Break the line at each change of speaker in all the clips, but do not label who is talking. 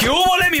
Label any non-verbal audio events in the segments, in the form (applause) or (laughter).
¿Qué hubo, mi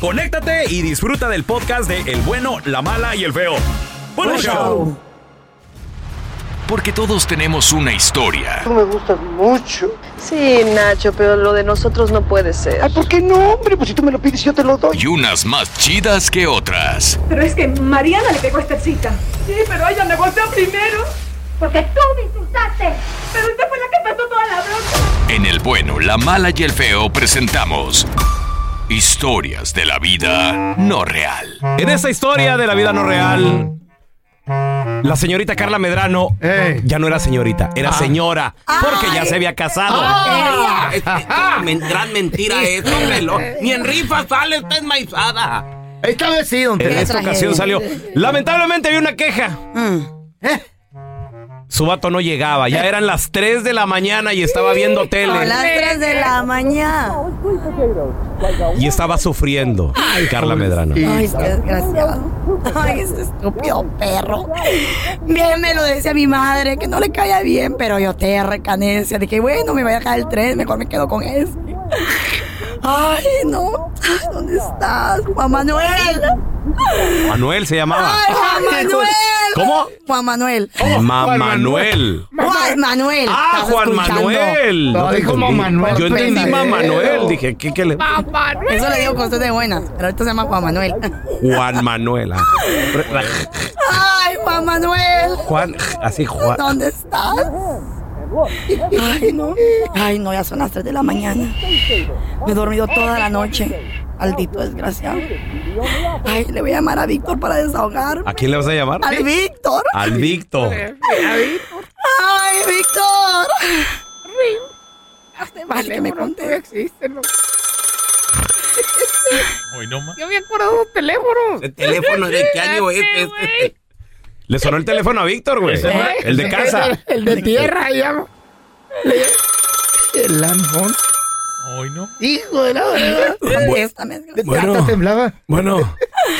conéctate y disfruta del podcast de El bueno, la mala y el feo. Bueno, show.
Porque todos tenemos una historia.
Me gusta mucho.
Sí, Nacho, pero lo de nosotros no puede ser.
¿por qué no, hombre? Pues si tú me lo pides, yo te lo doy.
Y unas más chidas que otras.
Pero es que Mariana le pegó esta cita. Sí, pero ella me golpeó primero. Porque tú me insultaste. Pero usted fue la que pasó toda la bronca.
En el bueno, la mala y el feo presentamos historias de la vida no real.
En esta historia de la vida no real, la señorita Carla Medrano
Ey.
ya no era señorita, era señora, porque ya se había casado.
Gran mentira eso, pelón. Ni en rifa sale esta enmaizada.
Esta vez sí, don
En
Tela.
esta ocasión salió. Lamentablemente había una queja.
Eh,
Su vato no llegaba. Ya eran las 3 de la mañana y estaba viendo
A las
tele.
3 de la mañana.
Y estaba sufriendo. Carla Medrano.
Ay, qué desgraciado. Ay, este estúpido perro. Bien, me lo decía mi madre, que no le caía bien, pero yo te recanencia. Dije, bueno, me voy a dejar el tren, mejor me quedo con ese. Ay, no. Ay, ¿Dónde estás, Juan Manuel?
Manuel se llamaba.
Ay, Juan Manuel.
¿Cómo?
Juan Manuel.
Ma- Manuel.
Juan Manuel.
Ah,
¿estás
Juan
escuchando?
Manuel.
No,
te
dijo
entendí.
Manuel,
Yo entendí
pendejo.
Manuel. Dije, ¿qué, qué le?
Eso le digo con usted de buenas, pero ahorita se llama
(laughs)
Juan Manuel.
Juan Manuel. ah.
Ay, Juan Manuel.
Juan, así Juan.
¿Dónde estás? Ay, no. Ay, no, ya son las 3 de la mañana. Me he dormido toda la noche. Maldito desgraciado. Ay, le voy a llamar a Víctor para desahogar.
¿A quién le vas a llamar?
¡Al Víctor!
Al Víctor.
¡Ay, Víctor! Vale, que me conteste.
El teléfono de qué año es este.
Le sonó el teléfono a Víctor, güey. El de casa.
El de tierra, ya. El lambón. Hoy no. Hijo de la verdad.
Contéstame, desgraciado.
Hasta temblaba.
Bueno,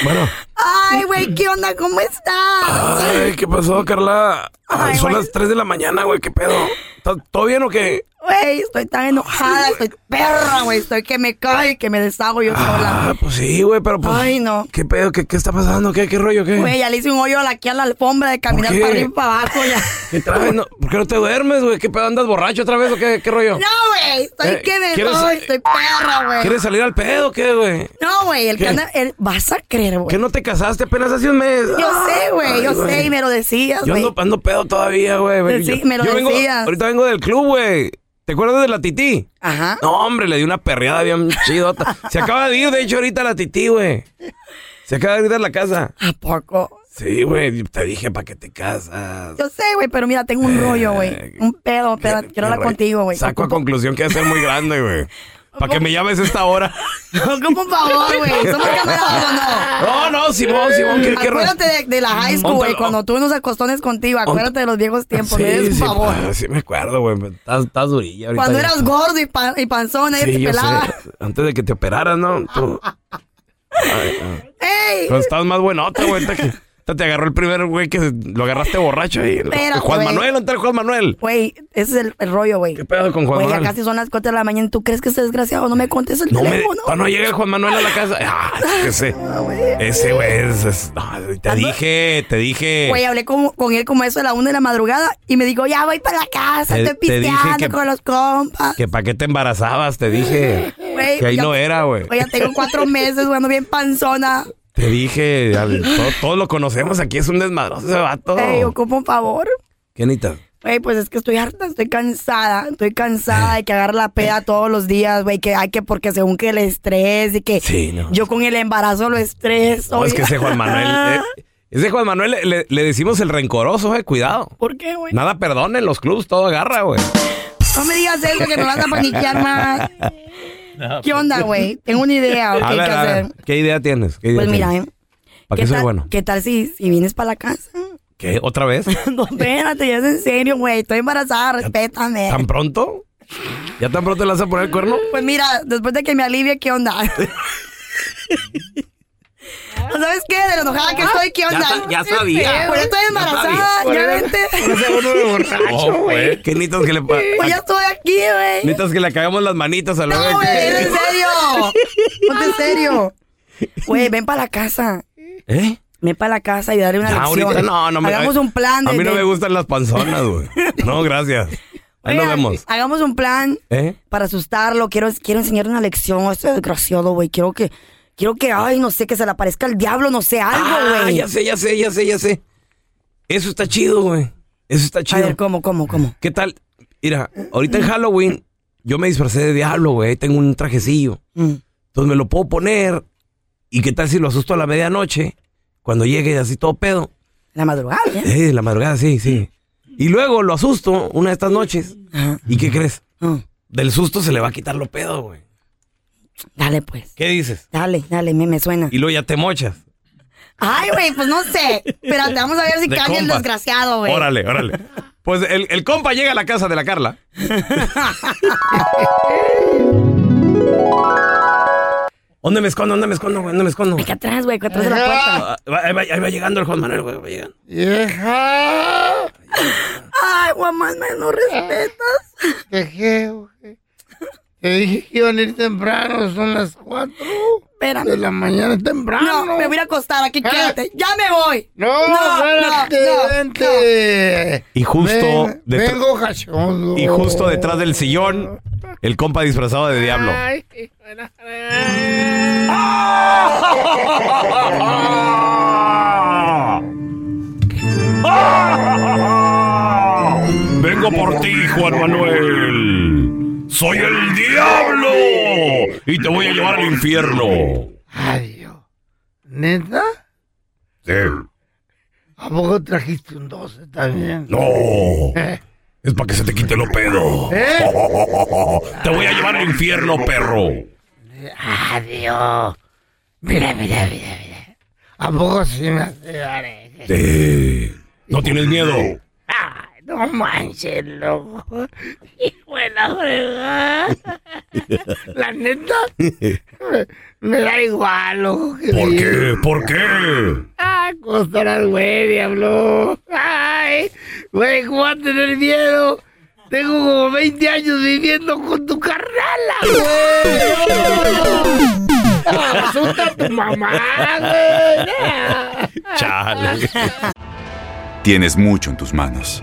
bueno.
Ay, güey, ¿qué onda? ¿Cómo estás?
Ay, ¿qué pasó, Carla? Ay,
Ay,
son
güey.
las 3 de la mañana, güey, ¿qué pedo? ¿Está- ¿Todo bien o qué?
Güey, estoy tan enojada, estoy perra, güey. Estoy que me cae, que me deshago yo sola.
Ah, pues sí, güey, pero pues.
Ay, no.
¿Qué pedo? ¿Qué, qué está pasando? ¿Qué, qué rollo? ¿Qué?
Güey, ya le hice un hoyo aquí a la alfombra de
¿Por
caminar
qué?
para arriba y para abajo ya.
(laughs) ¿Qué traes? No, ¿Por qué no te duermes, güey? ¿Qué pedo? ¿Andas borracho otra vez o qué, qué rollo?
No, güey, estoy
Eh,
que me
¿quieres-
doy, estoy perra, güey.
¿Quieres salir al pedo o qué, güey?
No, güey, el
¿Qué?
que anda, el, vas a creer,
¿Qué
güey.
no te casaste apenas hace un mes?
Yo sé, güey,
Ay,
yo sé y me lo decías,
Yo
güey.
ando, ando pedo todavía, güey.
Sí,
Yo-
me lo
yo vengo-
decías.
Ahorita vengo del club, güey. ¿Te acuerdas de la tití? Ajá. No, hombre, le di una perreada bien
(laughs)
chidota. Se acaba de ir, de hecho, ahorita la tití, güey. Se acaba de ir de la casa.
¿A poco?
Sí, güey, te dije para que te casas.
Yo sé, güey, pero mira, tengo un rollo,
Eh,
güey. Un pedo, pero quiero hablar contigo, güey.
Saco a conclusión que va a ser muy grande,
(laughs)
güey. Para que me llames esta hora.
Ocupa un favor,
(laughs)
güey. Somos camaradas o
No,
no.
no, Simón, Simón, ¿qué- qué ro-
Acuérdate de, de la high school, güey.
Óntalo.
Cuando tú nos acostones contigo, acuérdate de los viejos tiempos.
Sí,
me des un
sí,
favor.
pa- sí me acuerdo, güey. Estás, estás durilla ahorita.
Cuando
ya.
eras gordo y, pa- y panzón, nadie
Sí,
te
yo
pelaba.
sé. Antes de que te operaran, ¿no?
(laughs)
Tú- Ay, ah. ay.
¡Ey!
Pero estás más buenota, güey. Ahorita que- ahorita te agarró el primer güey que lo agarraste borracho ahí.
Pero,
Juan
güey.
Manuel, ¿dónde está Juan Manuel?
Güey, ese es el, el rollo, güey. ¿Qué pedo
con Juan
Güey, ya
Manuel?
casi son las 4 de la mañana. ¿Tú crees que ese desgraciado no me contesta el
No me.
teléfono?
Ah, no llega el Juan Manuel a la casa. Ah, es que
(laughs)
ese. Ese güey es. es- no, te dije, te dije.
Güey, hablé con, con él como eso a la 1 de la madrugada y me dijo, ya voy para la casa,
Te-
estoy
te dije
pisteando
que-
con los compas.
Que para qué te embarazabas, te dije.
Güey,
que ahí
ya-
no era, güey.
Oye, tengo cuatro meses, güey, ando bien panzona.
Te dije, al- todo- todos lo conocemos, aquí es un desmadroso ese vato.
Ey, ocupo un favor.
¿Qué necesitas?
Güey, pues es que estoy harta, estoy cansada, estoy cansada de que agarre
(laughs)
la peda todos los días, güey, que hay que porque según que el estrés y que yo con el embarazo lo estreso.
No, es que
oye.
ese Juan
(laughs)
Manuel. eh, ese Juan Manuel le- le, le decimos el rencoroso, eh, cuidado.
¿Por qué, güey?
Nada perdona en los clubs, todo agarra, güey.
No me digas eso, que me vas a paniquear más. ¿Qué onda, güey? Tengo una idea, ok,
A
¿qué
ver, a
hacer?
ver, ¿qué idea tienes? ¿Qué idea
Pues mira,
tienes?
¿eh?
¿Para
¿Qué
qué soy
tal-
bueno?
¿Qué tal si, si vienes para la casa? (laughs)
¿Qué? ¿Otra vez?
No, espérate, ya es en serio, güey. Estoy embarazada, respétame.
¿Tan pronto? ¿Ya tan pronto le vas a poner el cuerno?
Pues mira, después de que me alivie,
(laughs)
¿qué onda? Pues, ¿Sabes qué? De lo enojada que estoy, ¿qué
Ya
onda?
sa- ya sabía.
Pues estoy
Ya
embarazada,
sabía.
(laughs)
ya vente.
Oh, güey. ¿Qué necesitas que le pa-
Pues ya estoy aquí, güey.
Necesitas que le cagamos las manitas al bebé.
No, güey,
¿qué?
¿en serio? Ponte en serio. Güey, ven para la casa.
¿Eh?
Ven para la casa y darle una
Ah,
lección.
ahorita no, no me
Hagamos un plan.
A
de-
mí no
de-
me gustan las panzonas,
(laughs)
güey. No, gracias. Ahí nos
Oigan,
vemos.
Hagamos un plan
¿Eh?
para asustarlo. Quiero, quiero enseñarle una lección a este desgraciado, güey. Quiero que, quiero que, ay, no sé, que se le aparezca el diablo, no sé, algo,
Ah,
güey.
ya sé, ya sé, ya sé, ya sé. Eso está chido, güey. Eso está chido.
ver, ¿cómo, cómo, cómo?
¿Qué tal? Mira, ahorita en Halloween yo me disfracé de diablo, güey. Tengo un trajecillo.
Mm.
Entonces me lo puedo poner. ¿Y qué tal si lo asusto a la medianoche? Cuando llegue así todo pedo.
La madrugada, ¿ya?
Sí, de la madrugada, sí, sí.
Mm.
Y luego lo asusto una de estas noches. ¿Y qué crees? Del susto se le va a quitar lo pedo, güey.
Dale, pues.
¿Qué dices?
Dale, dale, me, me suena.
Y luego ya te mochas.
Ay, güey, pues no sé. Espérate, vamos a ver si
De
cambia el
compas.
desgraciado, güey.
Órale,
(laughs)
órale. Pues el, el compa llega a la casa de la Carla. ¿Dónde me escondo? ¿Dónde me escondo? güey? ¿Dónde me escondo?
Aquí atrás, güey, aquí atrás de la puerta.
Ah, va- Ahí va, ahí va llegando el Juan Manuel, güey. va llegando.
Ay, guamán, me no respetas.
Dejé, güey. Te dije que iban a ir temprano, son las 4
Espérame.
de la mañana temprano. Ah.
No, me voy a ir a acostar, aquí quédate. Ya me voy.
No, espérate, vente.
Y justo
Ven-
detr-
vengo cachondo.
Y justo detrás del sillón, el compa disfrazado de diablo.
Ay,
(laughs)
Ah.
Vengo por ti, Juan Manuel. Soy el diablo y te voy a llevar al infierno.
¿Neta?
Sí.
¿A poco trajiste un 12 también?
No.
(laughs)
Es para que se te quite lo pedo.
¿Eh?
Te voy a llevar al infierno, perro.
Adiós. Mira, mira, mira, mira. ¿A poco sí me hace vale?
Sí. No tienes miedo.
No manches, loco. (laughs) Hijo de la fregada. La neta, me, me da igual, loco. que
¿Por
me-
qué? ¿Por
(laughs)
qué?
Ah, ¿cómo estarás, güey, diablo? Ay, güey, ¿cómo vas a tener miedo? Tengo como 20 años viviendo con tu carnala, güey. Asusta a tu mamá, Ah, güey.
Chale.
Tienes mucho en tus manos.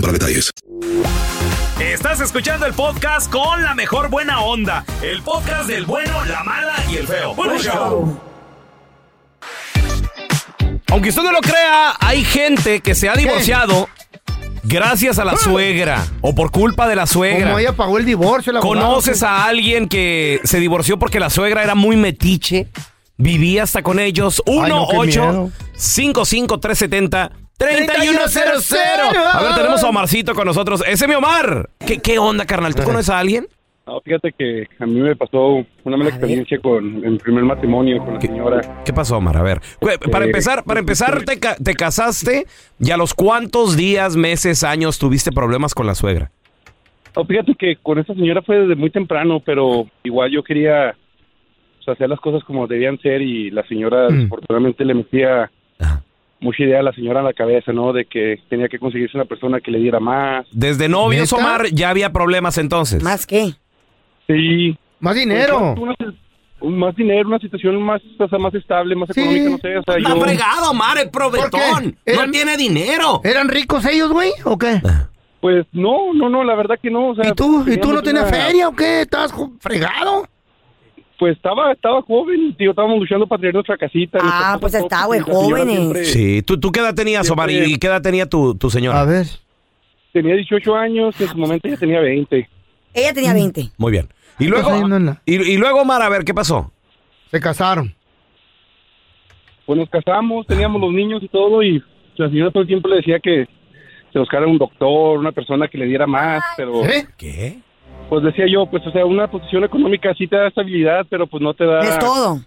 para detalles.
Estás escuchando el podcast con la mejor buena onda. El podcast del bueno, la mala y el feo. Bueno, show.
Aunque usted no lo crea, hay gente que se ha divorciado gracias a la suegra o por culpa de la suegra.
Ah. Como ella pagó el divorcio, la
¿Conoces a alguien que se divorció porque la suegra era muy metiche? Vivía hasta con ellos. 1
no, qué
8
miedo.
55 370 3100 A ver, tenemos a Omarcito con nosotros. Ese es mi Omar. ¿Qué, qué onda, carnal? ¿Tú conoces a alguien?
No, fíjate que a mí me pasó una mala experiencia con el primer matrimonio con la señora.
¿Qué pasó, Omar? A ver. Cu- Para
Eh,
empezar, para empezar te, ca- te casaste y a los cuántos días, meses, años tuviste problemas con la suegra.
No, fíjate que con esa señora fue desde muy temprano, pero igual yo quería pues, hacer las cosas como debían ser y la señora
Mm.
desafortunadamente le metía mucha idea a la señora en la cabeza, ¿no? De que tenía que conseguirse una persona que le diera más.
Desde novios, Omar, ya había problemas entonces.
¿Más qué? Sí. Pues,
Más
dinero.
más dinero, una situación más, o sea, más estable, más económica, pues, no sé. O sea,
La
yo...
fregada, Omar, el provetón. No tiene dinero.
¿Eran ricos ellos, güey? ¿O qué?
Pues no, no, no, la verdad que no.
¿Y tú? ¿Y tú no
teníamos
tenías
una-
feria o qué? ¿Estabas jo- fregado?
Pues estaba, estaba joven, tío, estábamos luchando para tener nuestra casita.
Ah, pues está, güey, jóvenes.
Sí. ¿Tú, tú qué edad tenías, Omar? ¿Y y qué edad tenía tu, tu señora? A
ver.
Tenía 18 años, en su momento ya tenía 20.
Ella tenía 20.
Muy bien. Y luego, y, y luego, Omar, a ver, ¿qué pasó?
Se casaron.
Pues nos casamos, teníamos los niños y todo, y la señora todo el tiempo le decía que se buscara un doctor, una persona que le diera más, pero...
¿Qué?
Pues decía yo, pues, o sea, una posición económica sí te da estabilidad, pero pues no te da...
Es todo.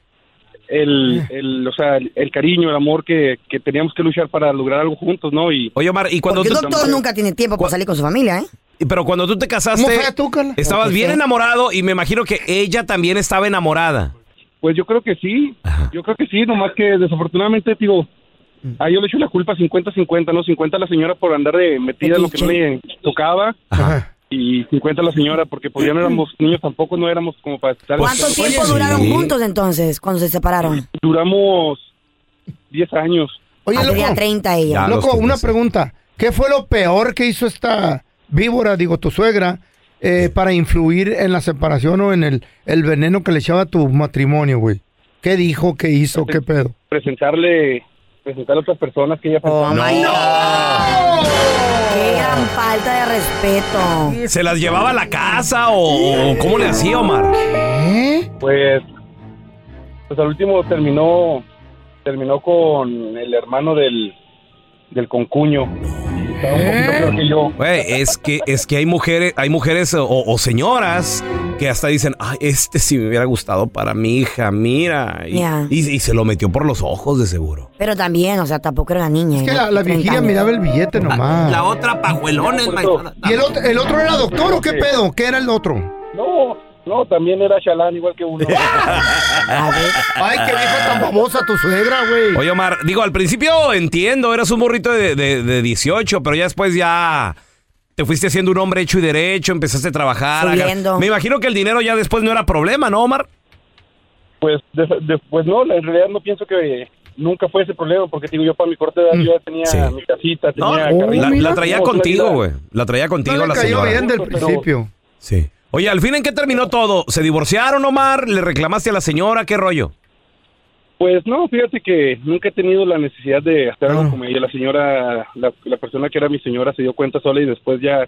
El, el, o sea, el, el cariño, el amor que, que teníamos que luchar para lograr algo juntos, ¿no? Y...
Oye, Omar, ¿y cuando
Porque un doctor nunca tiene tiempo para salir con su familia, ¿eh?
Y- Pero cuando tú te
¿Cómo
casaste,
fue tú, Carla?
estabas
Porque
bien
sí.
enamorado y me imagino que ella también estaba enamorada.
Pues yo creo que sí, yo creo que sí, nomás que desafortunadamente, digo,
Mm.
a yo le echo la culpa 50-50, ¿no? 50 a la señora por andar de metida en lo que no le tocaba y 50 a la señora porque pues ya no
(laughs)
éramos niños tampoco, no éramos como para estar...
¿Cuánto tiempo duraron juntos entonces, cuando se separaron?
Duramos 10 años.
Oye, Ah, loco. tenía 30 ella. Ya, los
loco,
tenía,
una pregunta. ¿Qué fue lo peor que hizo esta víbora, digo, tu suegra, eh, para influir en la separación o en el, el veneno que le echaba a tu matrimonio, güey? ¿Qué dijo? ¿Qué hizo? ¿Qué pedo?
Presentarle, presentarle a otras personas que ella
Oh,
pensaba...
Qué gran falta de respeto.
¿Se las llevaba a la casa o o cómo le hacía, Omar?
Pues, pues al último terminó, terminó con el hermano del, del concuño. Estaba un poquito peor que yo.
Güey, es que, es que hay mujeres, hay mujeres o, o señoras que hasta dicen, ay, este sí me hubiera gustado para mi hija, mira. Y,
Ya.
y- y se lo metió por los ojos, de seguro.
Pero también, o sea, tampoco era niña.
Que la, la viejilla miraba el billete nomás.
La otra
(laughs)
pajuelones, maizona.
Ah. ¿Y el, ot- el otro era doctor o qué pedo? ¿Qué era el otro?
No, no, también era chalán igual que
(laughs)
uno.
Ay, qué vieja tan babosa tu suegra, güey.
Oye, Omar, digo, al principio entiendo, eras un burrito de, de- de 18, pero ya después ya te fuiste haciendo un hombre hecho y derecho, empezaste a trabajar. a gan-
Subiendo.
Me imagino que el dinero ya después no era problema, ¿no, Omar?
Pues, de- de- pues no, en realidad no pienso que nunca fue ese problema, porque digo, yo para mi corta
Mm.
edad yo ya tenía
Sí.
mi casita,
No,
tenía
la,
carrito.
la traía
No,
contigo,
claro.
güey. La traía contigo
No le
la
cayó
señora.
bien del principio.
Sí. Oye, al fin en qué terminó todo? ¿Se divorciaron, Omar? ¿Le reclamaste a la señora? ¿Qué rollo?
Pues no, fíjate que nunca he tenido la necesidad de hacer
Ah.
algo como ella. La señora, la, la persona que era mi señora se dio cuenta sola y después ya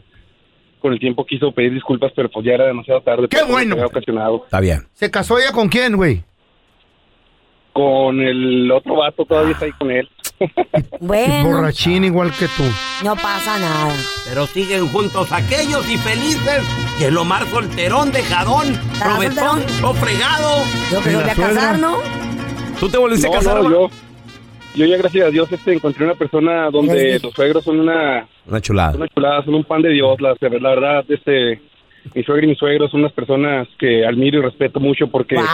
con el tiempo quiso pedir disculpas, pero pues ya era demasiado tarde. ¡Qué bueno! ocasionado.
Está bien.
¿Se casó ella con quién, güey?
Con el otro vato todavía está ahí con él.
Bueno,
Borrachín igual que tú.
no pasa nada.
Pero siguen juntos aquellos y felices. Y el Omar solterón, dejadón, probetón o fregado.
Yo
que
que
no
no
voy
voy a casar, ¿no?
¿Tú te volviste
a
casar, Omar?
yo, yo ya gracias a Dios este, encontré una persona donde
Gracias.
los suegros son una,
Una chulada.
Pues
son una chulada, son un pan de Dios. La, la verdad, este, mi suegra y mi suegro son unas personas que admiro y respeto mucho porque son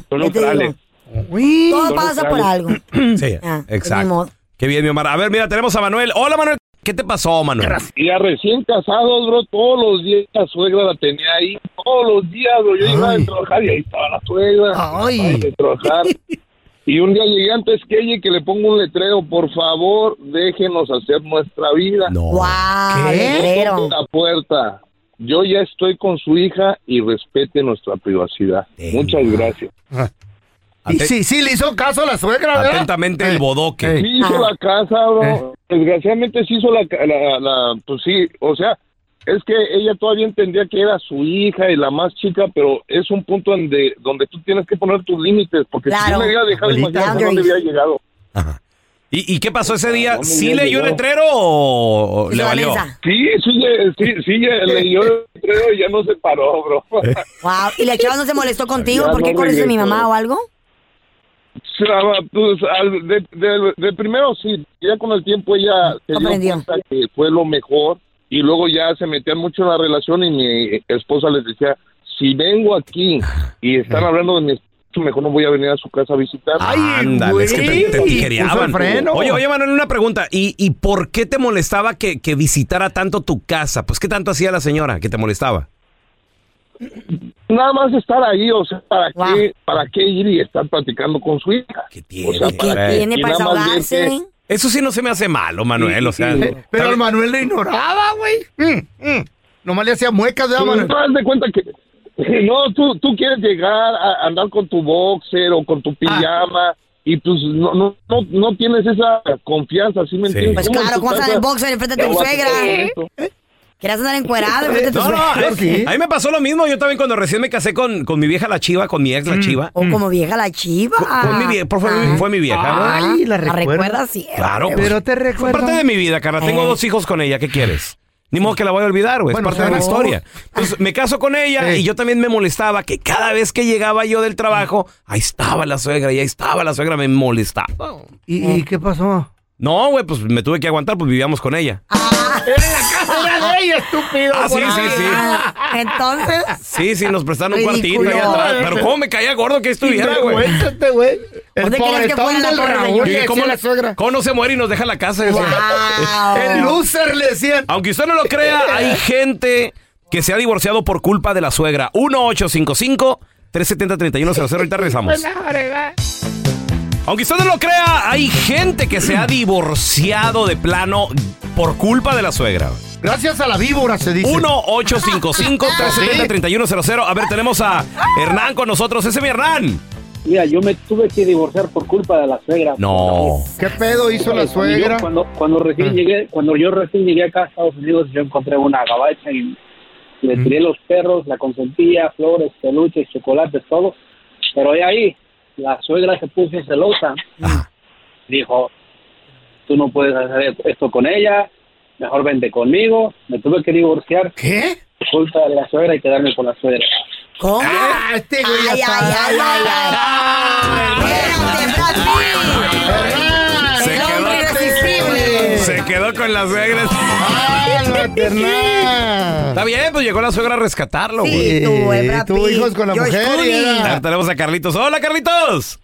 ¿qué te
neutrales.
digo?
Todo
Son
pasa por
neutrales.
algo.
sí,
Ah, ni
exacto.
modo.
Qué bien, mi Omar. A ver, mira, tenemos a Manuel. Hola, Manuel. ¿Qué te pasó, Manuel?
Mira, recién casados, bro, todos los días la suegra la tenía ahí, todos los días, bro. Yo llegaba de trabajar y ahí estaba la suegra. Ay. De trabajar. Y un día llegué antes que ella y que le pongo un letrero, por favor, déjenos hacer nuestra vida. No.
letrero.
La puerta. Yo ya estoy con su hija y respete nuestra privacidad. Muchas gracias.
Y sí, sí, le hizo caso a la suegra, ¿verdad?
Atentamente el bodoque.
Sí hizo la casa, bro. Desgraciadamente sí hizo la, ca- la, la- Pues sí, o sea, es que ella todavía entendía que era su hija y la más chica, pero es un punto donde, donde tú tienes que poner tus límites, porque si
Claro.
yo me hubiera dejado,
Abuelita.
imagínate a dónde hubiera llegado.
¿Y, y qué pasó ese día?
No,
¿Sí
Miguel,
leyó el
no.
letrero o o le valió?
Sí, sí, le- sí, sí, le- leyó el letrero y ya no se paró, bro.
Wow. ¿Y la chava no se molestó contigo?
Ya
¿Por qué
no
corres de mi
regresó.
mamá o algo?
Chava, pues, al- de, de- de primero sí, ya con el tiempo ella se dio
Comprendió.
cuenta que fue lo mejor y luego ya se metían mucho en la relación y mi esposa les decía, si vengo aquí y están hablando de mi esposo, mejor no voy a venir a su casa a visitar.
Ándale, es que te, te tijereaban.
Puso el freno.
Oye, oye, Manuel, una pregunta. ¿Y, y por qué te molestaba que, que visitara tanto tu casa? Pues, ¿qué tanto hacía la señora que te molestaba?
Nada más estar ahí, o sea, ¿para, qué, ¿para qué ir y estar platicando con su hija? ¿Qué tiene? O sea, ¿para qué? Y nada más vete.
Eso sí no se me hace malo, Manuel, o sea...
Pero el Manuel le ignoraba, güey. Mm, mm. Nomás le hacía muecas, ¿verdad,
Tú
Manuel?
no haz de cuenta que no, tú, tú quieres llegar a andar con tu boxer o con tu pijama y pues no, no, no, no tienes esa confianza, ¿sí me entiendes?
Pues claro, ¿cómo estás en boxer enfrente de tu suegra? ¿Quieres andar encuerado enfrente de tu
No, no,
suegra?
a mí- a mí me pasó lo mismo. Yo también cuando recién me casé con, con mi vieja la chiva, con mi ex la chiva.
O Mm. Oh, como vieja la chiva.
Fue mi vieja, fue, mi- fue mi vieja. ¿no?
Ay, la recuerda siempre.
Claro. pues.
Pero
te
recuerdo. Parte de mi vida, cara. Tengo dos hijos con ella. ¿Qué quieres? Ni modo que la voy a olvidar, güey.
Eh. Bueno,
es parte de la
claro.
historia. Entonces, me caso con ella y yo también me molestaba que cada vez que llegaba yo del trabajo, ahí estaba la suegra y ahí estaba la suegra. Me molestaba.
¿Y, y qué pasó?
No, güey, pues me tuve que aguantar, pues vivíamos con ella.
(laughs)
Era de ella, estúpido.
Ah, sí, sí, sí.
Ah, Entonces.
Sí, sí, nos prestaron un
Ridículo.
cuartito ahí atrás. Pero cómo me caía gordo que estuviera, güey.
Vergüénzate, güey. El
¿Dónde querías que fuera
pobretón
la
del
pobre
Raúl
señora?
le
Dije,
decía
¿cómo-
a la suegra.
¿Cómo no se muere y nos deja la casa? Decía. (laughs)
El loser le decían.
Aunque usted no lo crea,
(laughs)
hay gente que se ha divorciado por culpa de la suegra. 1-855-370-3100. Ahorita regresamos. Aunque usted no lo crea, hay gente que se ha divorciado de plano por culpa de la suegra.
Gracias a la víbora se dice. (laughs)
1-855-370-3100. A ver, tenemos a Hernán con nosotros. Ese es mi Hernán.
Mira, yo me tuve que divorciar por culpa de la suegra.
No.
¿Qué pedo hizo la
Yo,
suegra? Ah.
cuando, cuando recién llegué, cuando yo recién llegué acá a Estados Unidos, yo encontré una gabacha y le
Mm.
tiré los perros, la consentía, flores, peluches, chocolates, todo. Pero de ahí, la suegra se puso celosa.
Ah.
Dijo, tú no puedes hacer esto con ella, mejor vente conmigo. Me tuve que divorciar.
¿Qué?
Por culpa de la suegra y quedarme con la suegra.
¿Cómo?
Ah, este güey ya está. Ah, Ay, ay,
Se quedó,
este
se quedó con la suegra. Está bien, pues llegó la suegra a rescatarlo, güey.
Tuvo hijos con la mujer y
A
era...
ver, tenemos a Carlitos. ¡Hola, Carlitos!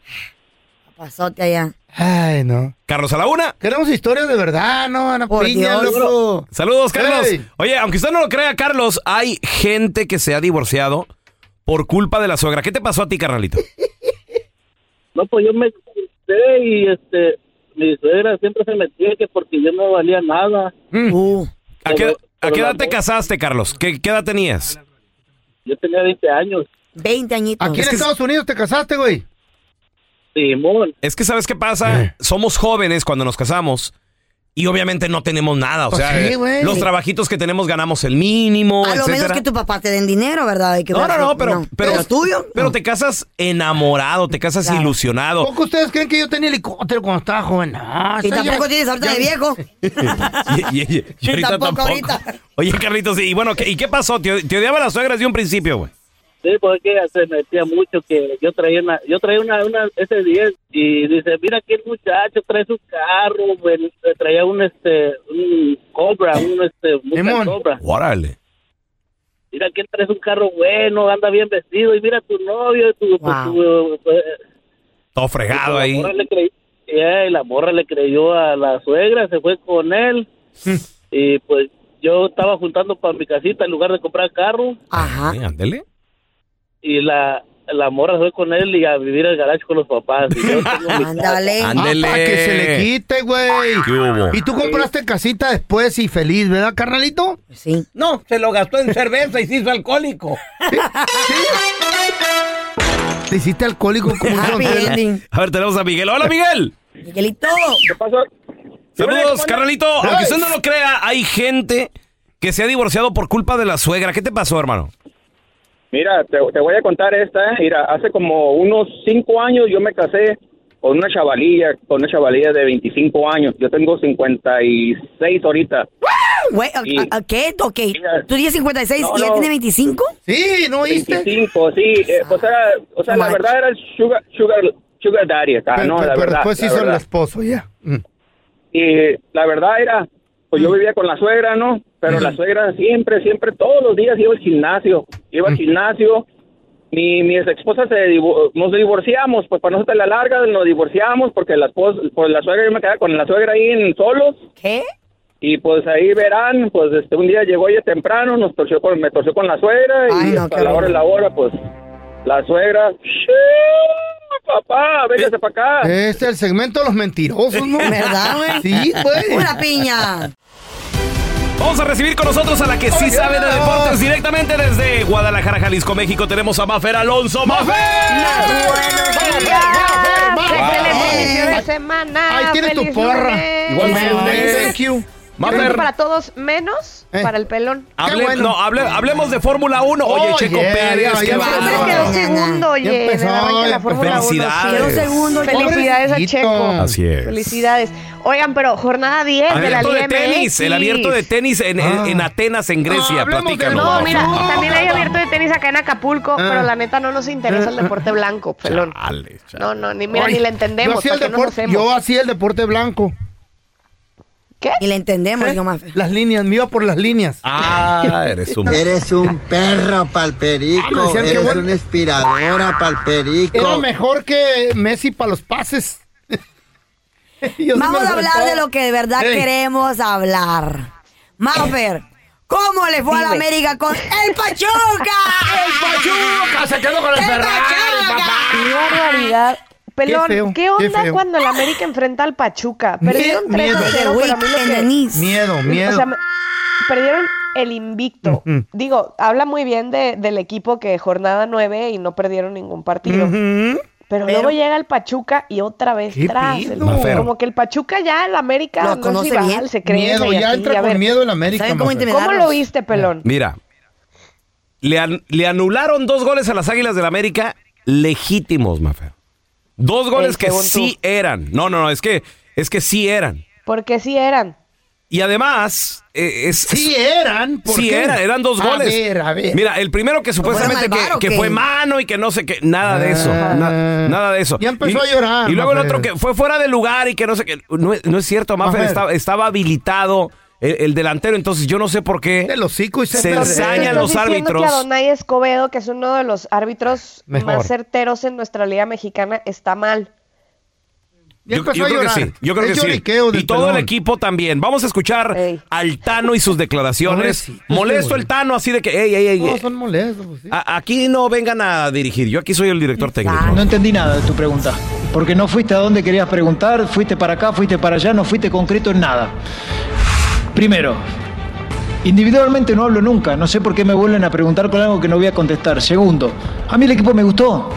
Pasote allá.
Ay, no.
Carlos a la una.
Queremos historias de verdad, ¿no? Ana
Por
Piña,
Dios.
loco.
Saludos, Carlos.
Hey.
Oye, aunque usted no lo crea, Carlos, hay gente que se ha divorciado por culpa de la suegra. ¿Qué te pasó a ti, Carnalito?
No, pues yo me
acosté y este, mi suegra siempre se metía que porque yo no valía nada.
Uh.
¿A qué, a qué edad te casaste, Carlos? ¿Qué, qué edad tenías?
Yo tenía 20 años.
20 añitos.
Aquí en Estados Unidos te casaste, güey.
Es que sabes qué pasa, somos jóvenes cuando nos casamos y obviamente no tenemos nada, o
Pues
sea,
sí,
eh,
güey.
los trabajitos que tenemos ganamos el mínimo,
A lo menos
etcétera.
que tu papá te den dinero, ¿verdad? Y que-
No, no, no, pero, pero,
tuyo.
Pero te casas enamorado, te casas ilusionado.
¿Poco ustedes creen que yo tenía helicóptero cuando estaba joven?
Ah,
No,
Y tampoco tienes ahorita de viejo.
Y- y- y-
(laughs)
y ahorita
Tampoco
tampoco.
ahorita.
Oye, Carlitos, y bueno, ¿qué- ¿y qué pasó? ¿Te, te odiaba la suegra desde un principio, güey?
Sí, porque ella se metía mucho que yo traía una, yo traía una, una ese 10 y dice, mira aquel muchacho trae su carro, güey, traía un este, un Cobra, un este, un Cobra.
Órale.
Mira aquel trae un carro bueno, anda bien vestido y mira tu novio, tu, tu-
Wow.
tu- eh,
Todo fregado ahí.
morra le crey- eh, y la morra le creyó a la suegra, se fue con él
Hmm.
y pues yo estaba juntando para mi casita en lugar de comprar carro.
Ajá.
Sí, Eh, ándele.
y la, la morra fue con él y a vivir al garage con los papás. Y yo tengo mi
Ándale.
Ah, para que se le quite, güey.
¿Qué hubo?
Y tú compraste casita después y feliz, ¿verdad, carnalito?
Sí.
No, se lo gastó en cerveza y se hizo alcohólico.
Te hiciste alcohólico como un doncella.
(laughs) A ver, tenemos a Miguel. ¡Hola, Miguel!
Ah, Miguelito.
¿Qué pasó?
Saludos, carnalito.
Ey.
Aunque usted no lo crea, hay gente que se ha divorciado por culpa de la suegra. ¿Qué te pasó, hermano?
Mira, te, te voy a contar esta. ¿eh? Mira, hace como unos cinco años yo me casé con una chavalilla, con una chavalilla de 25 años. Yo tengo 56 ahorita.
Güey, ¿a- a- a ¿Qué? Ok. ¿Tú tienes 56
No,
y ella
no.
tiene 25?
Sí, ¿no oíste?
25, sí. eh, o sea, o sea la verdad era el sugar, sugar, sugar daddy. acá,
Pero,
Ah, no,
pero-
la
pero
verdad.
después
la
hizo el
verdad.
esposo, ya.
Y la verdad era, pues yo vivía con la suegra, ¿no? Pero la suegra siempre, siempre, todos los días iba al gimnasio. Iba al gimnasio. Mi, mi ex esposa se divo- nos divorciamos, pues para no hacerte la larga, nos divorciamos porque la, espos- pues, la suegra, yo me quedaba con la suegra ahí en solos.
¿Qué?
Y pues ahí verán, pues este, un día llegó ella temprano, nos torció con, me torció con la suegra y hasta la hora de la hora, pues la suegra, "Sí, papá, véngase para acá.
Este es el segmento de los mentirosos, ¿no?
¿Verdad,
güey?
Sí, güey.
Una ¡Ah, piña.
Vamos a recibir con nosotros a la que sí sabe de deportes directamente desde Guadalajara, Jalisco, México. Tenemos a Mafer Alonso. ¡Mafer!
de semana.
Ahí tienes tu
Feliz
porra.
lunes.
Igualmente. ¿eh? Thank you.
Creo
Mafer.
que para todos menos para el pelón.
Hable- no, hable- hablemos de Fórmula 1. Oye,
Oh,
Checo
yeah,
Pérez,
ya,
qué
ya
bárbaro.
Siempre quedó segundo, oye, en el
empezó,
arranque de
ya
la Fórmula 1.
Felicidades.
Sí.
Quedó segundo,
Felicidades a
pobrecito.
Checo.
Así es.
Felicidades. Oigan, pero jornada 10 de la
Abierto
Liga
de tenis,
MX.
el abierto de tenis en, en-
Ah.
en Atenas, en Grecia. Platícanos.
No, mira, también hay abierto de tenis acá en Acapulco,
Ah.
pero la neta no nos interesa el
Ah.
deporte blanco, pelón. No, no, ni mira,
Ay,
ni la entendemos.
Yo hacía, el
¿para qué nos
deporte,
hacemos?
yo hacía el deporte blanco. ¿Eh?
¿Qué?
Y le entendemos, yo más.
Las líneas, me iba por las líneas.
Ah, eres un...
Eres un perro
Ah, me
palperico.
decían que
Eres
bueno.
una inspiradora
Era
palperico.
mejor que Messi para los pases. Yo sí
Vamos
me
a hablar
aventaba.
de lo que de verdad
Ey.
queremos hablar. Maufer, ¿cómo le fue a la
Dime.
América
(laughs)
con el Pachuca?
¡El Pachuca! Se quedó con el Ferrari, papá.
¡Qué barbaridad! Pelón,
Ah, Qué
qué,
feo, qué
onda
feo.
cuando la América enfrenta al Pachuca? Perdieron 3
miedo.
0, pero a mí lo que...
Miedo, miedo.
O sea, me- perdieron el invicto.
Ujú.
Digo, habla muy bien de- del equipo que jornada 9 y no perdieron ningún partido.
Ujú.
Pero, luego llega el Pachuca y otra vez
¿Qué
tras.
pedo?
el-
Mafer.
como que el Pachuca ya, el América
Lo
no
conoce
es rival,
bien.
se cree.
Miedo, ya entra con miedo el América, ¿Saben cómo Mafer.
¿Cómo
intimidarlos?
lo viste, pelón?
Mira, le, an- le anularon dos goles a las Águilas del América legítimos, Mafer. Dos goles que
según
sí eran. No, no, no, es que, es que sí eran.
Porque sí eran.
Y además, eh, es,
Sí eran, ¿por
sí
qué?
eran, eran dos
A
goles.
ver, a ver.
Mira, el primero que supuestamente
fueron al
que,
bar o
que
qué?
fue mano y que no sé qué, nada de eso,
Ah.
na- nada de eso.
Ya empezó
Y-
a llorar,
Y luego el
Mafer.
otro que fue fuera de lugar y que no sé qué, no, es- no es cierto, Mafer
Mafer.
estaba, estaba habilitado el, el delantero, entonces yo no sé por qué
se
se
perdió.
ensañan
Estás
los
diciendo
árbitros.
Que Adonai Escobedo, que es uno de los árbitros
Mejor.
más certeros en nuestra liga mexicana, está mal.
Yo,
empezó
yo
a
creo que
llorar.
sí, yo creo
Es
que sí.
lloriqueo del
Y todo
pelón.
el equipo también. Vamos a escuchar al Tano y sus declaraciones.
Pobrecito,
Molesto el Tano, así de que, ey, ey, ey,
No,
eh,
son molestos. pues, sí.
a- aquí no vengan a dirigir, yo aquí soy el director técnico.
No entendí nada de tu pregunta.
Porque no fuiste a donde querías preguntar, fuiste para acá, fuiste para allá, no fuiste concreto en nada. Primero, individualmente no hablo nunca, no sé por qué me vuelven a preguntar con algo que no voy a contestar. Segundo, a mí el equipo me gustó,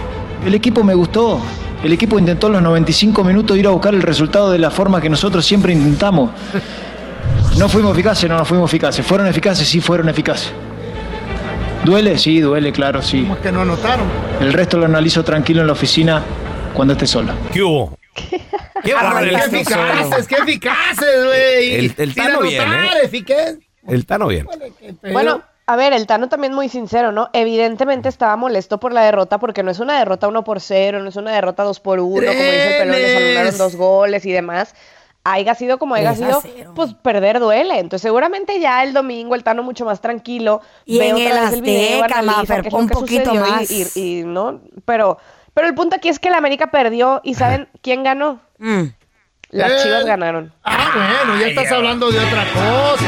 el equipo me gustó. El equipo intentó en los 95 minutos ir a buscar el resultado de la forma que nosotros siempre intentamos. No fuimos eficaces, no, no fuimos eficaces. ¿Fueron eficaces? Sí, fueron eficaces. ¿Duele? Sí, duele, claro, sí.
Que no anotaron.
El resto lo analizo tranquilo en la oficina cuando esté sola.
¿Qué hubo?
¡Qué bárbaro! ¡Qué
Arrancaste
eficaces!
solo.
¡Qué eficaces, güey!
El- el
Sin
Tano bien,
anotar,
¿eh?
eficaz.
El Tano bien.
Bueno, a ver, el Tano también muy sincero, ¿no? Evidentemente estaba molesto por la derrota porque no es una derrota 1 por 0, no es una derrota 2 por 1, como dice el pelón, nos anularon dos goles y demás. Haya sido como haya
Tres a
sido, pues perder duele. Entonces seguramente ya el domingo el Tano mucho más tranquilo.
Y
ve
en
otra
el
vez video,
Azteca,
analiza
Mafer,
qué es lo
un
que
poquito
sucedió y-
más.
Y, y no, pero, pero el punto aquí es que la América perdió y ¿saben quién ganó? Las
Eh,
Chivas ganaron.
Ah, bueno, ya estás hablando de otra cosa.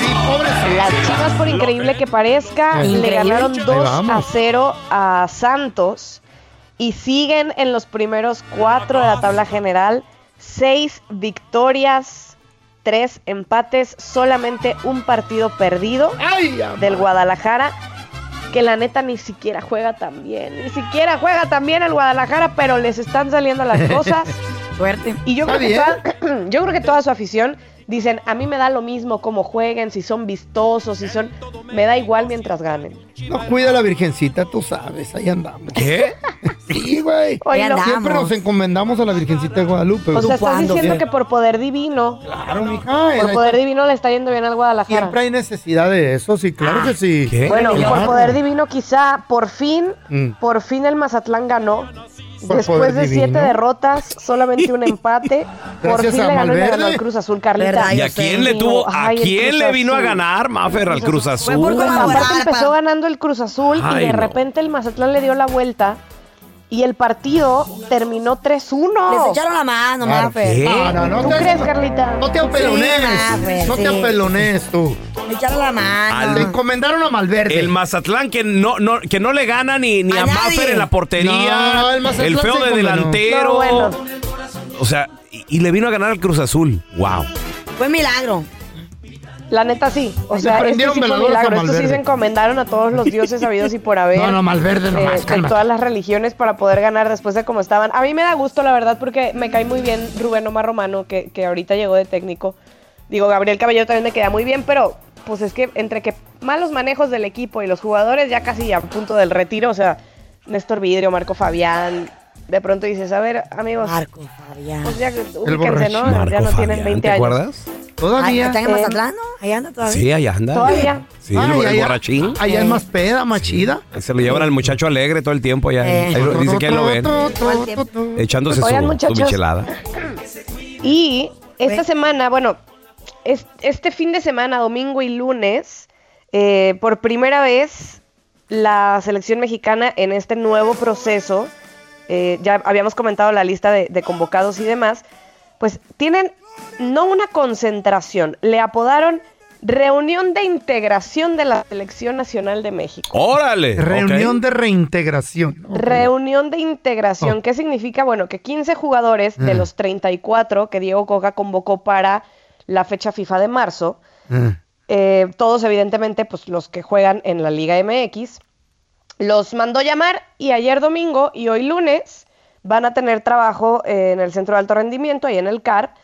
Sí, pobrecito.
Las Chivas, por increíble que parezca,
Increíble.
le ganaron
Ahí
2 a
vamos.
0 a Santos y siguen en los primeros cuatro de la tabla general. Seis victorias, tres empates, solamente un partido perdido del Guadalajara. Que la neta ni siquiera juega tan bien. Ni siquiera juega tan bien el Guadalajara, pero les están saliendo
(laughs)
las cosas.
(laughs) Suerte.
Y yo creo, que
Está
toda, (clears throat) yo creo que toda su afición dicen, a mí me da lo mismo cómo jueguen, si son vistosos, si son... Me da igual mientras ganen.
No cuida a la virgencita, tú sabes, ahí andamos.
¿Qué?
(laughs) Sí, güey.
Ahí andamos.
Siempre nos encomendamos a la virgencita de Guadalupe.
O
güey.
sea, estás diciendo que por poder divino...
Claro, mija.
Por
eh,
poder divino le está yendo bien al Guadalajara.
Siempre hay necesidad de eso, sí,
Ah,
claro que sí.
Bueno, por
Claro.
poder divino quizá, por fin,
Mm.
por fin el Mazatlán ganó.
Por
Después
poder
de siete
divino.
derrotas, solamente un empate, por
Gracias
fin
a
le ganó, y le
Malverde.
ganó al Cruz Azul, Carlita.
¿Y a quién le tuvo, a
Ay, el
quién
Cruz
le vino a
Azul.
ganar, Mafer, al Cruz Azul?
Aparte empezó ganando el Cruz Azul y
Ay,
de
no.
repente el Mazatlán le dio la vuelta y el partido terminó 3-1.
Les echaron la mano,
Claro. Mafer. ¿Qué? No, no, no
¿Tú
te-
crees, Carlita?
No te apelones, no te apelones tú.
Echar la mano.
Te encomendaron a Malverde.
El Mazatlán que no, no, que no le gana ni, ni a, Mafer en la portería,
No, el
el,
Mazatlán
feo
se
de
condenó.
delantero.
No, bueno.
O sea, y, y le vino a ganar al Cruz Azul. Wow.
Fue milagro. La neta sí. O
Se
sea, este
prendieron
sí fue
veladores a
milagro. Estos sí
Malverde.
se encomendaron a todos los dioses sabidos y por haber.
(laughs)
Eh,
No, no, Malverde nomás,
De
cálmate.
todas las religiones para poder ganar después de cómo estaban. A mí me da gusto, la verdad, porque me cae muy bien Rubén Omar Romano, que, que ahorita llegó de técnico. Digo, Gabriel Caballero también me queda muy bien, pero pues es que entre que malos manejos del equipo y los jugadores ya casi a punto del retiro, o sea, Néstor Vidrio, Marco Fabián, de pronto dices, a ver, amigos. Marco Fabián. Pues ya, ubíquense, ¿no?
Marco
ya no tienen
Fabián,
20
¿Te
años.
acuerdas?
Todavía.
¿Está en
Eh,
Mazatlán, no? Ahí anda todavía.
Sí, allá anda.
Todavía.
Sí,
Ay,
el, el
allá-
borrachín.
Allá es más peda, más chida.
Se lo llevan al muchacho alegre todo el tiempo allá.
Eh.
Ahí lo- dice que ahí lo ven. Echándose su,
Oigan,
su
muchachos.
michelada.
Y esta semana, bueno, es- este fin de semana, domingo y lunes, eh, por primera vez la selección mexicana en este nuevo proceso, eh, ya habíamos comentado la lista de, de convocados y demás, pues tienen no una concentración, le apodaron reunión de integración de la selección nacional de México.
Órale.
Reunión de reintegración.
Reunión de integración. ¿Qué significa? Bueno, que 15 jugadores de
Mm.
los 34 que Diego Coca convocó para la fecha FIFA de marzo, eh, todos evidentemente pues los que juegan en la Liga MX, los mandó llamar y ayer domingo y hoy lunes van a tener trabajo eh, en el Centro de Alto Rendimiento, ahí en el CAR,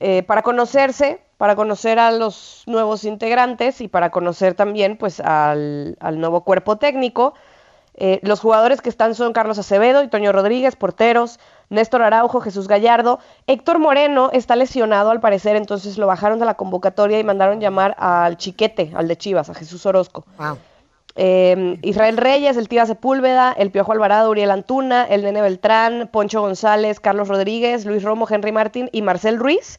eh, para conocerse, para conocer a los nuevos integrantes y para conocer también pues al, al nuevo cuerpo técnico. Eh, los jugadores que están son Carlos Acevedo y Toño Rodríguez, porteros, Néstor Araujo, Jesús Gallardo. Héctor Moreno está lesionado al parecer, entonces lo bajaron de la convocatoria y mandaron llamar al chiquete, al de Chivas, a Jesús Orozco. Eh, Israel Reyes, el Tía Sepúlveda, el Piojo Alvarado, Uriel Antuna, el Nene Beltrán, Poncho González, Carlos Rodríguez, Luis Romo, Henry Martín y Marcel Ruiz.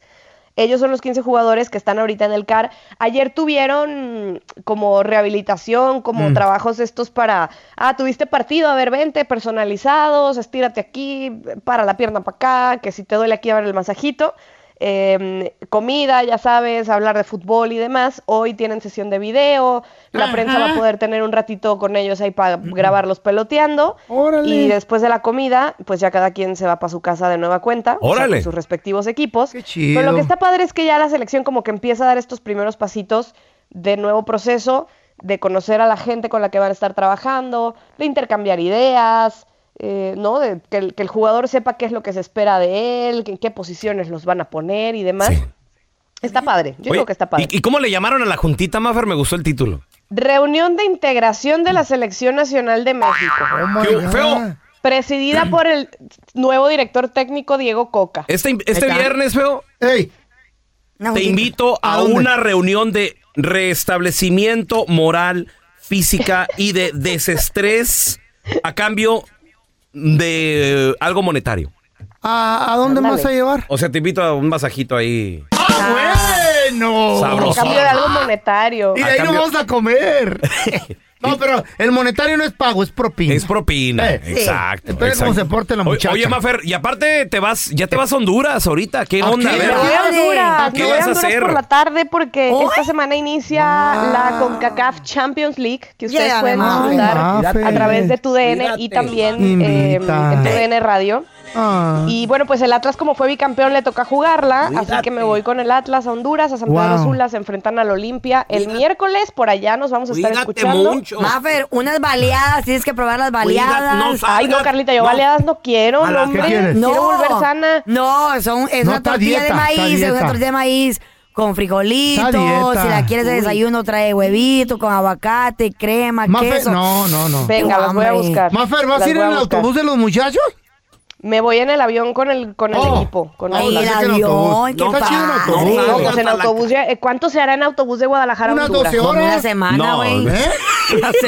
Ellos son los 15 jugadores que están ahorita en el CAR. Ayer tuvieron como rehabilitación, como
Mm.
trabajos estos para, ah, tuviste partido, a ver, vente, personalizados, estírate aquí, para la pierna para acá, que si te duele aquí, a ver el masajito. eh, comida, ya sabes, hablar de fútbol y demás. Hoy tienen sesión de video, la
Ajá.
prensa va a poder tener un ratito con ellos ahí para grabarlos peloteando.
Órale.
Y después de la comida, pues ya cada quien se va para su casa de nueva cuenta, o sea,
Órale.
con sus respectivos equipos.
chido.
Pero lo que está padre es que ya la selección como que empieza a dar estos primeros pasitos de nuevo proceso, de conocer a la gente con la que van a estar trabajando, de intercambiar ideas, eh, ¿no? De que el, que el jugador sepa qué es lo que se espera de él, que en qué posiciones los van a poner y demás. Está padre, yo
Oye,
creo que está padre.
¿Y, y cómo le llamaron a la juntita, Maffer? Me gustó el título.
Reunión de integración de la Selección Nacional de México.
Ah,
Feo.
Presidida por el nuevo director técnico Diego Coca.
Este, este viernes, Feo, te
dime.
invito a
¿A dónde?
una reunión de restablecimiento moral, física y de desestrés a cambio de algo monetario.
¿A, a dónde me vas a llevar?
O sea, te invito a un masajito ahí.
Bueno.
A
Sabroso.
Ah. cambio de algo monetario.
Y de ahí nos vamos a comer. No, pero el monetario no es pago, es propina. Es
propina, Exacto.
Espera
exacto.
cómo se porte la
Oye,
muchacha.
Oye, Mafer, y aparte te vas, ya te vas a Honduras ahorita. ¿Qué
¿A
onda?
qué?
A
Me
ver.
voy a Honduras,
¿Qué
me voy
vas
a
a
Honduras
hacer?
eh, por la tarde porque esta semana inicia la CONCACAF Champions League que ustedes
Yeah,
pueden
Mafe.
disfrutar
Ah,
Mafe.
a través de tu DN y
Mírate.
también eh, en tu
Invita.
DN Radio.
Ah.
Y bueno, pues el Atlas como fue bicampeón le toca jugarla, así que me voy con el Atlas a Honduras, a San Pedro
Wow.
Sula, se enfrentan al Olimpia. El miércoles por allá nos vamos a estar escuchando.
Maffer, unas baleadas, tienes que probar las baleadas.
Cuida- no Ay, no, Carlita, yo baleadas no quiero,
A la-
no, hombre.
¿Qué quieres?
Quiero
No.
volver sana.
No, son, es
No,
una
está
tortilla de
dieta, está
maíz, es una
dieta.
tortilla de maíz con frijolitos,
Está dieta.
si la quieres de
Uy.
desayuno trae huevito, con aguacate, crema,
Mafe,
queso.
no, no, no.
Venga, las voy a
Hombre.
buscar.
Mafer, ¿vas
Las
a ir
voy
en el
buscar.
autobús de los muchachos?
Me voy en el avión con el, con el equipo. Con
Ah,
el
pensé que en autobús. No, está chido en autobús.
Sí, no, pues en autobús. ya- eh, ¿Cuánto se hará en autobús de Guadalajara a
Unas
Honduras?
12 horas. Como una
semana,
(laughs)
No, güey. ¿eh?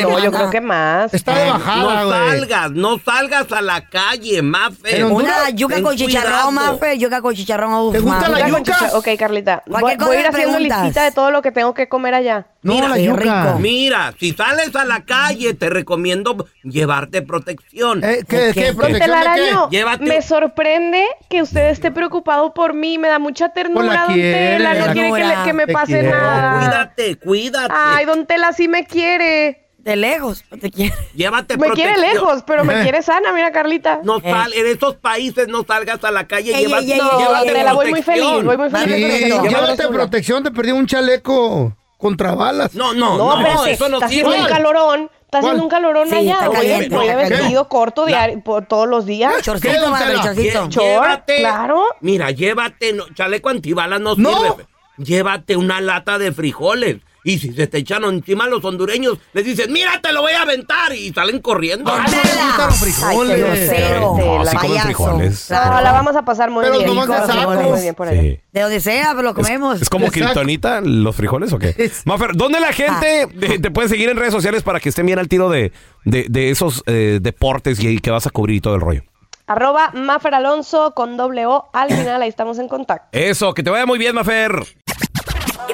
No, yo creo que más. Eh,
Está de bajada,
no
güey.
salgas, no salgas a la calle, Mafer.
Una yuca
Ten
con
cuidado.
chicharrón, Mafer, yuca con chicharrón. uf, Mafe.
Yuca con chicha- Ok, Carlita. Voy,
Cualquier cosa
voy a ir
me
haciendo
preguntas.
listita de todo lo que tengo que comer allá.
Mira,
qué rico.
Mira, si sales a la calle, te recomiendo llevarte protección.
Eh, qué, Ok. qué, protección
Telaraño,
Llévate
me sorprende que usted esté preocupado por mí. Me da mucha ternura, don
quiere,
Tela. No
la
quiere que, le- que me
te
pase
quiere.
nada.
Cuídate, cuídate.
Ay, don Tela sí me quiere.
De lejos, pues, te quiere.
Llévate
Me
protección.
quiere lejos, pero
(laughs)
me
Eh.
quiere sana, mira Carlita.
No sal, en estos países no salgas a la calle.
Ey,
llevas-
ey, ey, ey,
llévate
ey, Tela, voy muy
protección.
feliz, voy muy feliz.
Sí,
Llévate
llévate
protección.
protección, te perdí un chaleco contra balas.
No,
espérate, está haciendo un calorón. Está haciendo
¿Cuál?
un calorón
Sí,
allá.
está
Oye,
caliente,
voy de
está
vestido corto diario, por todos los días.
Chorcito,
don
madre,
Tela?
chorcito.
Lle-
Chor, Pues claro.
Mira, llévate, no- chaleco antibalas no,
No.
sirve. Llévate una lata de frijoles. Y si se te echan encima los hondureños, les dices, mira, te lo voy a aventar. Y salen corriendo. Ah,
frijoles. grosero. No, sí comen Payaso. frijoles.
No, la vamos a pasar muy
Pero
bien.
nomás de
Vamos a pasar
sacos.
muy bien por allá.
Sí.
De donde sea, pero lo comemos.
¿Es como Kryptonita los frijoles o qué? Mafer, ¿dónde la gente eh, te, te puede seguir en redes sociales para que estén bien al tiro de, de, de esos eh, deportes y, y que vas a cubrir y todo el rollo?
Arroba Mafer Alonso con doble O al final, ahí estamos en contacto.
Eso, que te vaya muy bien, Mafer.